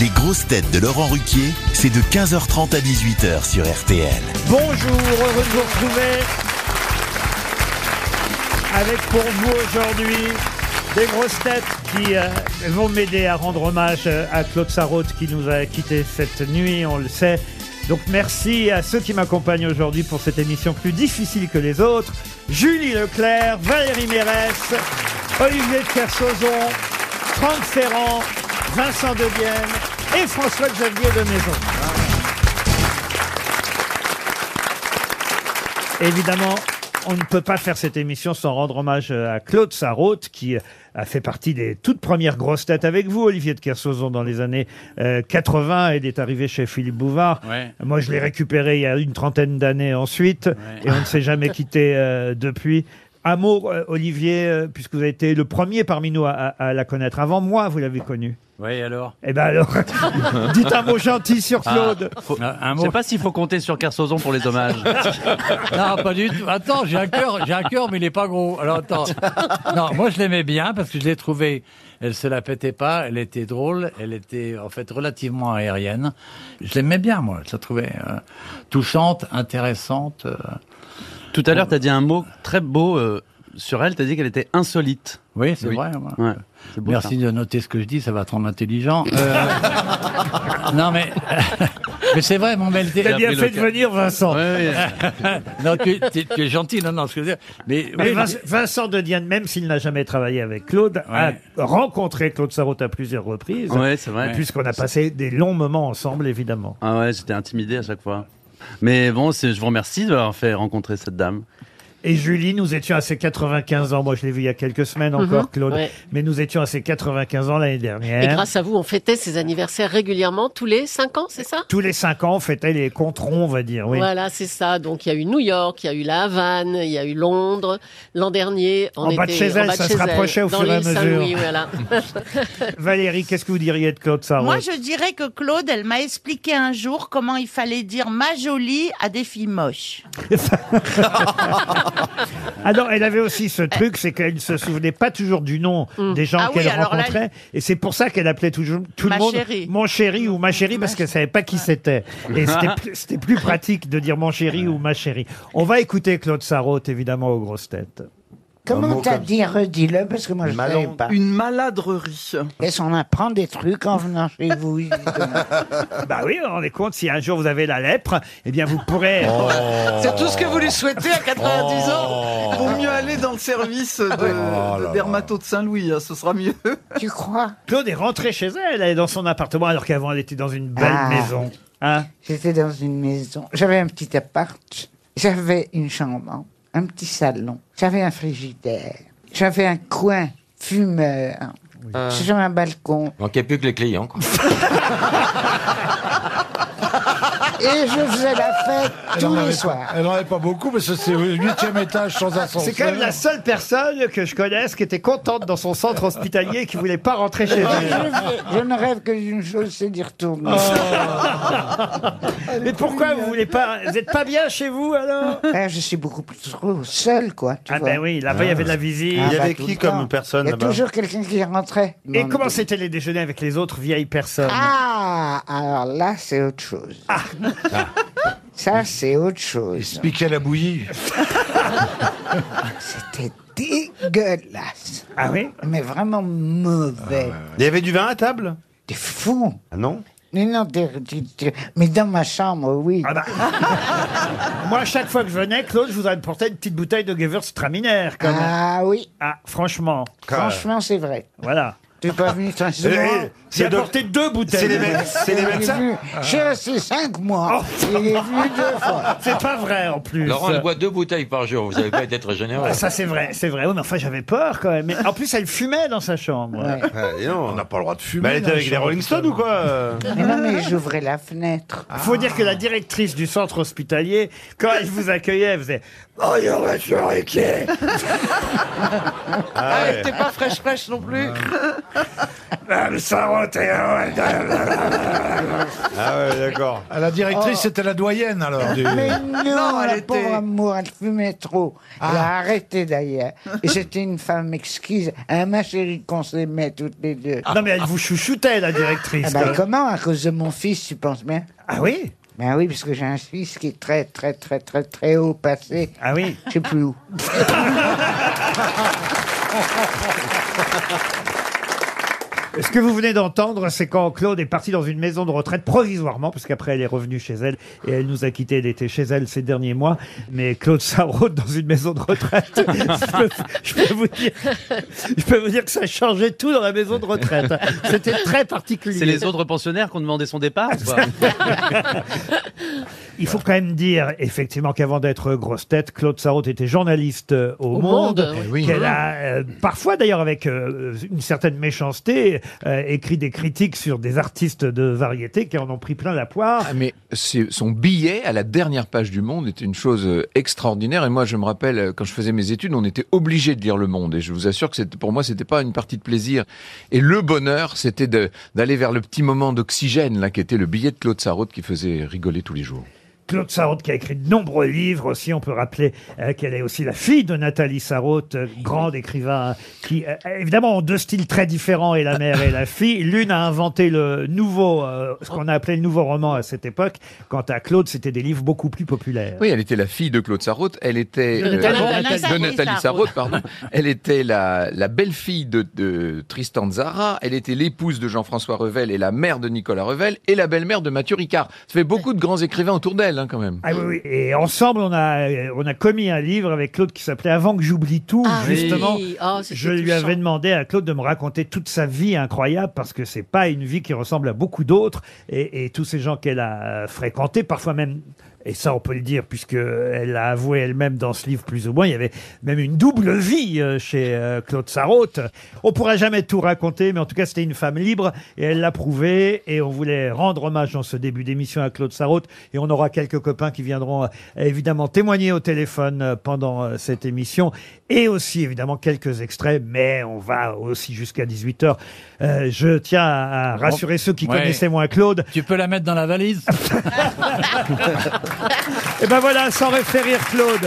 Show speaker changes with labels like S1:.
S1: Les grosses têtes de Laurent Ruquier, c'est de 15h30 à 18h sur RTL.
S2: Bonjour, heureux de vous retrouver. Avec pour vous aujourd'hui des grosses têtes qui euh, vont m'aider à rendre hommage euh, à Claude Sarraute qui nous a quittés cette nuit, on le sait. Donc merci à ceux qui m'accompagnent aujourd'hui pour cette émission plus difficile que les autres. Julie Leclerc, Valérie Mérès, Olivier de Kersauzon, Franck Ferrand, Vincent Devienne et François-Xavier de Maison. Évidemment, on ne peut pas faire cette émission sans rendre hommage euh, à Claude Sarraute, qui euh, a fait partie des toutes premières grosses têtes avec vous, Olivier de Kersauzon, dans les années euh, 80. Il est arrivé chez Philippe Bouvard.
S3: Ouais.
S2: Moi, je l'ai récupéré il y a une trentaine d'années ensuite, et on ne s'est jamais quitté euh, depuis. Un mot, euh, Olivier, euh, puisque vous avez été le premier parmi nous à, à- à la connaître. Avant moi, vous l'avez connu.
S3: Oui, alors
S2: Eh ben alors, dites un mot gentil sur Claude.
S3: Je sais pas s'il faut compter sur Kersozon pour les hommages.
S4: Non, pas du tout. Attends, j'ai un cœur, j'ai un cœur, mais il est pas gros. Alors attends. Non, moi je l'aimais bien parce que je l'ai trouvée. Elle se la pétait pas. Elle était drôle. Elle était en fait relativement aérienne. Je l'aimais bien, moi. Je la trouvais euh, touchante, intéressante. euh.
S3: Tout à l'heure, t'as dit un mot très beau euh, sur elle. T'as dit qu'elle était insolite.
S4: Oui, c'est
S3: Oui.
S4: vrai. moi.
S3: Ouais. C'est beau,
S4: Merci
S3: ça.
S4: de noter ce que je dis, ça va te rendre intelligent. Euh, non, mais, mais c'est vrai, mon bel.
S2: T'as bien fait de venir Vincent.
S3: Ouais, ouais.
S4: Non, tu, tu- tu es gentil, non, non, ce que je veux dire. Mais,
S2: Mais
S4: oui,
S2: Vin- Vincent de Dienne, même s'il n'a jamais travaillé avec Claude,
S4: Ouais.
S2: a rencontré Claude Sarraute à plusieurs reprises,
S3: Ouais, c'est vrai.
S2: puisqu'on a passé des longs moments ensemble, évidemment.
S3: Ah ouais, j'étais intimidé à chaque fois. Mais bon, c'est- je vous remercie de m'avoir fait rencontrer cette dame.
S2: Et Julie, nous étions à ses 95 ans. Moi, je l'ai vu il y a quelques semaines encore, Claude.
S5: Mhm. Ouais.
S2: Mais nous étions à ses 95 ans l'année dernière.
S5: Et grâce à vous, on fêtait ses anniversaires régulièrement, tous les 5 ans, c'est ça
S2: Tous les 5 ans, on fêtait les controns, on va dire. Oui.
S5: Voilà, c'est ça. Donc il y a eu New York, il y a eu La Havane, il y a eu Londres. L'an dernier, on
S2: En
S5: était
S2: bas de chez elle,
S5: en bas de
S2: ça se
S5: chez elle,
S2: rapprochait au
S5: dans
S2: fur et à
S5: l'île
S2: mesure.
S5: Saint-Louis, voilà.
S2: Valérie, qu'est-ce que vous diriez de Claude Sarraute
S6: Moi, je dirais que Claude, elle m'a expliqué un jour comment il fallait dire ma jolie à des filles moches.
S2: Ah non, elle avait aussi ce truc, c'est qu'elle ne se souvenait pas toujours du nom des gens
S6: Ah oui,
S2: qu'elle
S6: alors là,
S2: rencontrait. Et c'est pour ça qu'elle appelait toujours tout
S6: Ma
S2: le monde
S6: chérie.
S2: mon chéri ou ma chérie, parce qu'elle savait pas qui c'était. Et c'était plus- c'était plus pratique de dire mon chéri ou ma chérie. On va écouter Claude Sarraute, évidemment, aux grosses têtes.
S7: Comment t'as dit, redis-le, parce que moi je ne savais pas.
S8: Une maladrerie.
S7: Est-ce qu'on apprend des trucs en venant chez vous évidemment
S2: Bah oui, on est compte, si un jour vous avez la lèpre, eh bien vous pourrez...
S8: C'est tout ce que vous lui souhaitez à 90 ans. Vaut mieux aller dans le service
S9: Oh
S8: de, de dermato de Saint-Louis, hein, ce sera mieux.
S7: Tu crois
S2: Claude est rentrée chez elle, elle est dans son appartement, alors qu'avant elle était dans une belle
S7: Ah.
S2: maison. Hein
S7: J'étais dans une maison, j'avais un petit appart, j'avais une chambre, un petit salon, j'avais un frigidaire, j'avais un coin fumeur,
S10: Euh.
S7: j'avais un balcon.
S10: Manquait plus que les clients. quoi.
S7: Et je faisais la fête tous les soirs.
S11: Elle n'en avait pas beaucoup parce que c'est le huitième étage sans ascenseur.
S2: C'est quand même la seule personne que je connaisse qui était contente dans son centre hospitalier et qui voulait pas rentrer chez
S7: Je,
S2: elle.
S7: je ne rêve que d'une chose, c'est d'y retourner.
S10: Oh.
S2: Mais pourquoi vous voulez pas Vous êtes pas bien chez vous alors
S7: Ah, je suis beaucoup plus trop seul, quoi. tu
S2: Ah
S7: vois.
S2: ben oui, là-bas il y avait de la visite.
S7: Ah,
S9: y
S7: bah,
S9: avait
S7: tout
S9: qui
S7: le
S9: comme
S7: temps.
S9: personne
S7: Il y a
S9: là-bas
S7: toujours quelqu'un qui rentrait.
S2: Et
S7: Bon,
S2: comment c'était les déjeuners avec les autres vieilles personnes
S7: Ah, alors là, c'est autre chose.
S2: Ah.
S7: Ça, c'est autre chose.
S11: Piquet la bouillie.
S7: C'était dégueulasse.
S2: Ah oui
S7: Mais vraiment mauvais.
S9: Ah, Il y avait du vin à table
S7: T'es fou.
S9: Ah non
S7: Mais non, t'es- tu- tu- mais dans ma chambre, oui.
S2: Ah bah. Moi, à chaque fois que je venais, Claude, je vous apportais une petite bouteille de Gewürztraminer, quand même.
S7: Ah oui,
S2: Ah, franchement,
S7: franchement, c'est vrai.
S2: voilà.
S7: Tu es pas venu très souvent.
S9: Ah. Eh,
S2: J'ai
S9: c'est de-
S2: apporté deux
S9: C'est les,
S2: bouteilles.
S9: mé- c'est les
S7: Il est
S9: médecins Ah. Oh.
S7: venu- Je suis resté cinq mois. Il est venu deux fois.
S2: C'est pas vrai en plus.
S10: Laurent, elle boit deux bouteilles par jour. Vous n'avez pas été très généreux.
S2: Ah, ça c'est vrai, c'est vrai. Oui, mais enfin j'avais peur quand même. Mais en plus elle fumait dans sa chambre.
S7: Ouais.
S9: Eh,
S11: On n'a pas le droit de fumer.
S9: Bah, elle était
S11: dans
S9: avec
S11: les
S9: les
S11: chambres
S9: Rolling Stones ou quoi euh
S7: Mais non, mais j'ouvrais la fenêtre.
S2: Faut dire que la directrice du centre hospitalier, quand elle vous accueillait, elle faisait Oh, il y a monsieur Riquet
S8: Ah, elle était pas fraîche fraîche non plus.
S11: Madame Sarraute et
S9: Ah ouais, d'accord.
S11: Ah, La directrice,
S7: Oh.
S11: c'était la doyenne alors. Du...
S7: Mais non, la pauvre amour, elle fumait trop. Elle
S9: Ah.
S7: a arrêté d'ailleurs. Et c'était une femme exquise. Hein, ma chérie, qu'on s'aimait toutes les deux.
S9: Ah,
S2: Non, mais elle vous chouchoutait, la directrice.
S7: Ah bah,
S2: quand même.
S7: comment À cause de mon fils, tu penses bien
S2: Ah oui
S7: Ben oui, parce que j'ai un fils qui est très, très, très, très, très haut passé.
S2: Ah oui
S7: Je sais plus où.
S2: Ce que vous venez d'entendre, c'est quand Claude est parti dans une maison de retraite provisoirement, parce qu'après elle est revenue chez elle et elle nous a quittés. Elle était chez elle ces derniers mois, mais Claude Sarraute dans une maison de retraite, je, peux, je peux vous dire, je peux vous dire que ça changeait tout dans la maison de retraite. C'était très particulier.
S3: C'est les autres pensionnaires qui ont demandé son départ ou pas
S2: Il faut quand même dire, effectivement, qu'avant d'être grosse tête, Claude Sarraute était journaliste euh, au,
S3: Au
S2: Monde.
S3: Monde, oui.
S2: Qu'elle a, euh, parfois d'ailleurs avec euh, une certaine méchanceté, euh, écrit des critiques sur des artistes de variété qui en ont pris plein la poire.
S12: Ah, mais c'est- son billet à la dernière page du Monde était une chose euh, extraordinaire. Et moi, je me rappelle, euh, quand je faisais mes études, on était obligé de lire Le Monde. Et je vous assure que c'était- pour moi, c'était pas une partie de plaisir. Et le bonheur, c'était de- d'aller vers le petit moment d'oxygène, là, qui était le billet de Claude Sarraute qui faisait rigoler tous les jours.
S2: Claude Sarraute qui a écrit de nombreux livres aussi. On peut rappeler euh, qu'elle est aussi la fille de Nathalie Sarraute, euh, grande écrivain, euh, qui euh, évidemment ont deux styles très différents, et la mère et la fille. L'une a inventé le nouveau, euh, ce qu'on a appelé le nouveau roman à cette époque. Quant à Claude, c'était des livres beaucoup plus populaires.
S12: Oui, elle était la fille de Claude Sarraute. Elle était
S2: Euh, De
S12: euh,
S2: Nathalie- de
S12: de Nathalie,
S2: Nathalie
S12: Nathalie Sarraute,
S2: Sarraute,
S12: pardon. Elle était la, la belle-fille de, de Tristan Zara. Elle était l'épouse de Jean-François Revel et la mère de Nicolas Revel et la belle-mère de Mathieu Ricard. Ça fait beaucoup de grands écrivains autour d'elle, hein, quand même.
S2: Ah oui, oui. Et ensemble, on a, euh, on a commis un livre avec Claude qui s'appelait Avant que j'oublie tout.
S5: Ah, oui.
S2: justement,
S5: Oh, c'était
S2: je lui
S5: touchant.
S2: avais demandé à Claude de me raconter toute sa vie incroyable parce que c'est pas une vie qui ressemble à beaucoup d'autres. Et, et tous ces gens qu'elle a euh, fréquentés, parfois même. Et ça, on peut le dire, puisque elle l'a avoué elle-même dans ce livre, plus ou moins. Il y avait même une double vie euh, chez euh, Claude Sarraute. On pourra jamais tout raconter, mais en tout cas, c'était une femme libre et elle l'a prouvé. Et on voulait rendre hommage dans ce début d'émission à Claude Sarraute. Et on aura quelques copains qui viendront euh, évidemment témoigner au téléphone euh, pendant euh, cette émission. Et aussi, évidemment, quelques extraits, mais on va aussi jusqu'à 18h. je tiens à à rassurer ceux qui
S4: Ouais.
S2: connaissaient moins Claude.
S4: Tu peux la mettre dans la valise
S2: Eh Et ben voilà, sans référir Claude.